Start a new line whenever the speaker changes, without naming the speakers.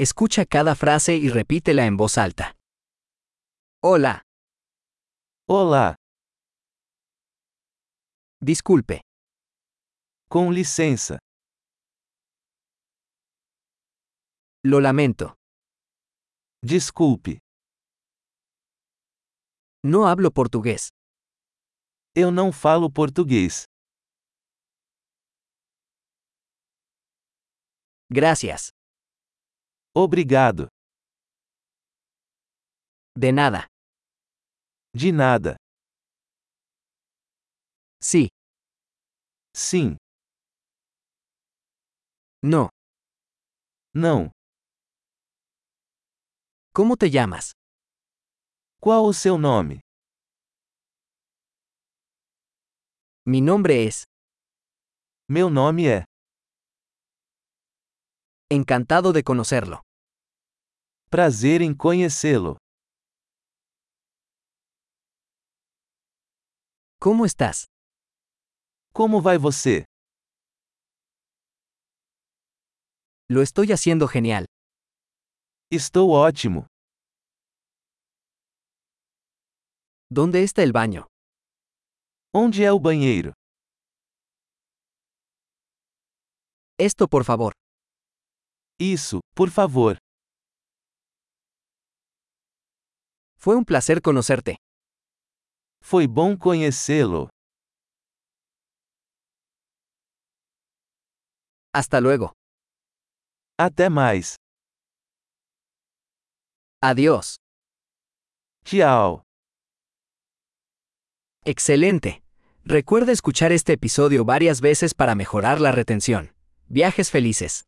Escucha cada frase y repítela en voz alta. Hola,
Olá,
disculpe,
com licença.
lo lamento.
Desculpe,
No hablo portugués.
eu não falo português.
Gracias.
Obrigado.
De nada.
De nada.
Sí,
Sim,
no.
não.
¿Cómo te llamas?
Qual o seu nome?
Mi nombre es.
Meu nome é.
Encantado de conocerlo.
Prazer em conhecê-lo.
¿Cómo estás?
Como vai você?
Lo estoy haciendo genial.
Estou ótimo.
¿Dónde está el baño?
Onde é o banheiro?
Esto por favor.
Isso, por favor.
Fue un placer conocerte.
Foi bom conhecê-lo.
Hasta luego.
Até mais.
Adiós.
Tchau.
Excelente. Recuerda escuchar este episodio varias veces para mejorar la retención. Viajes felices.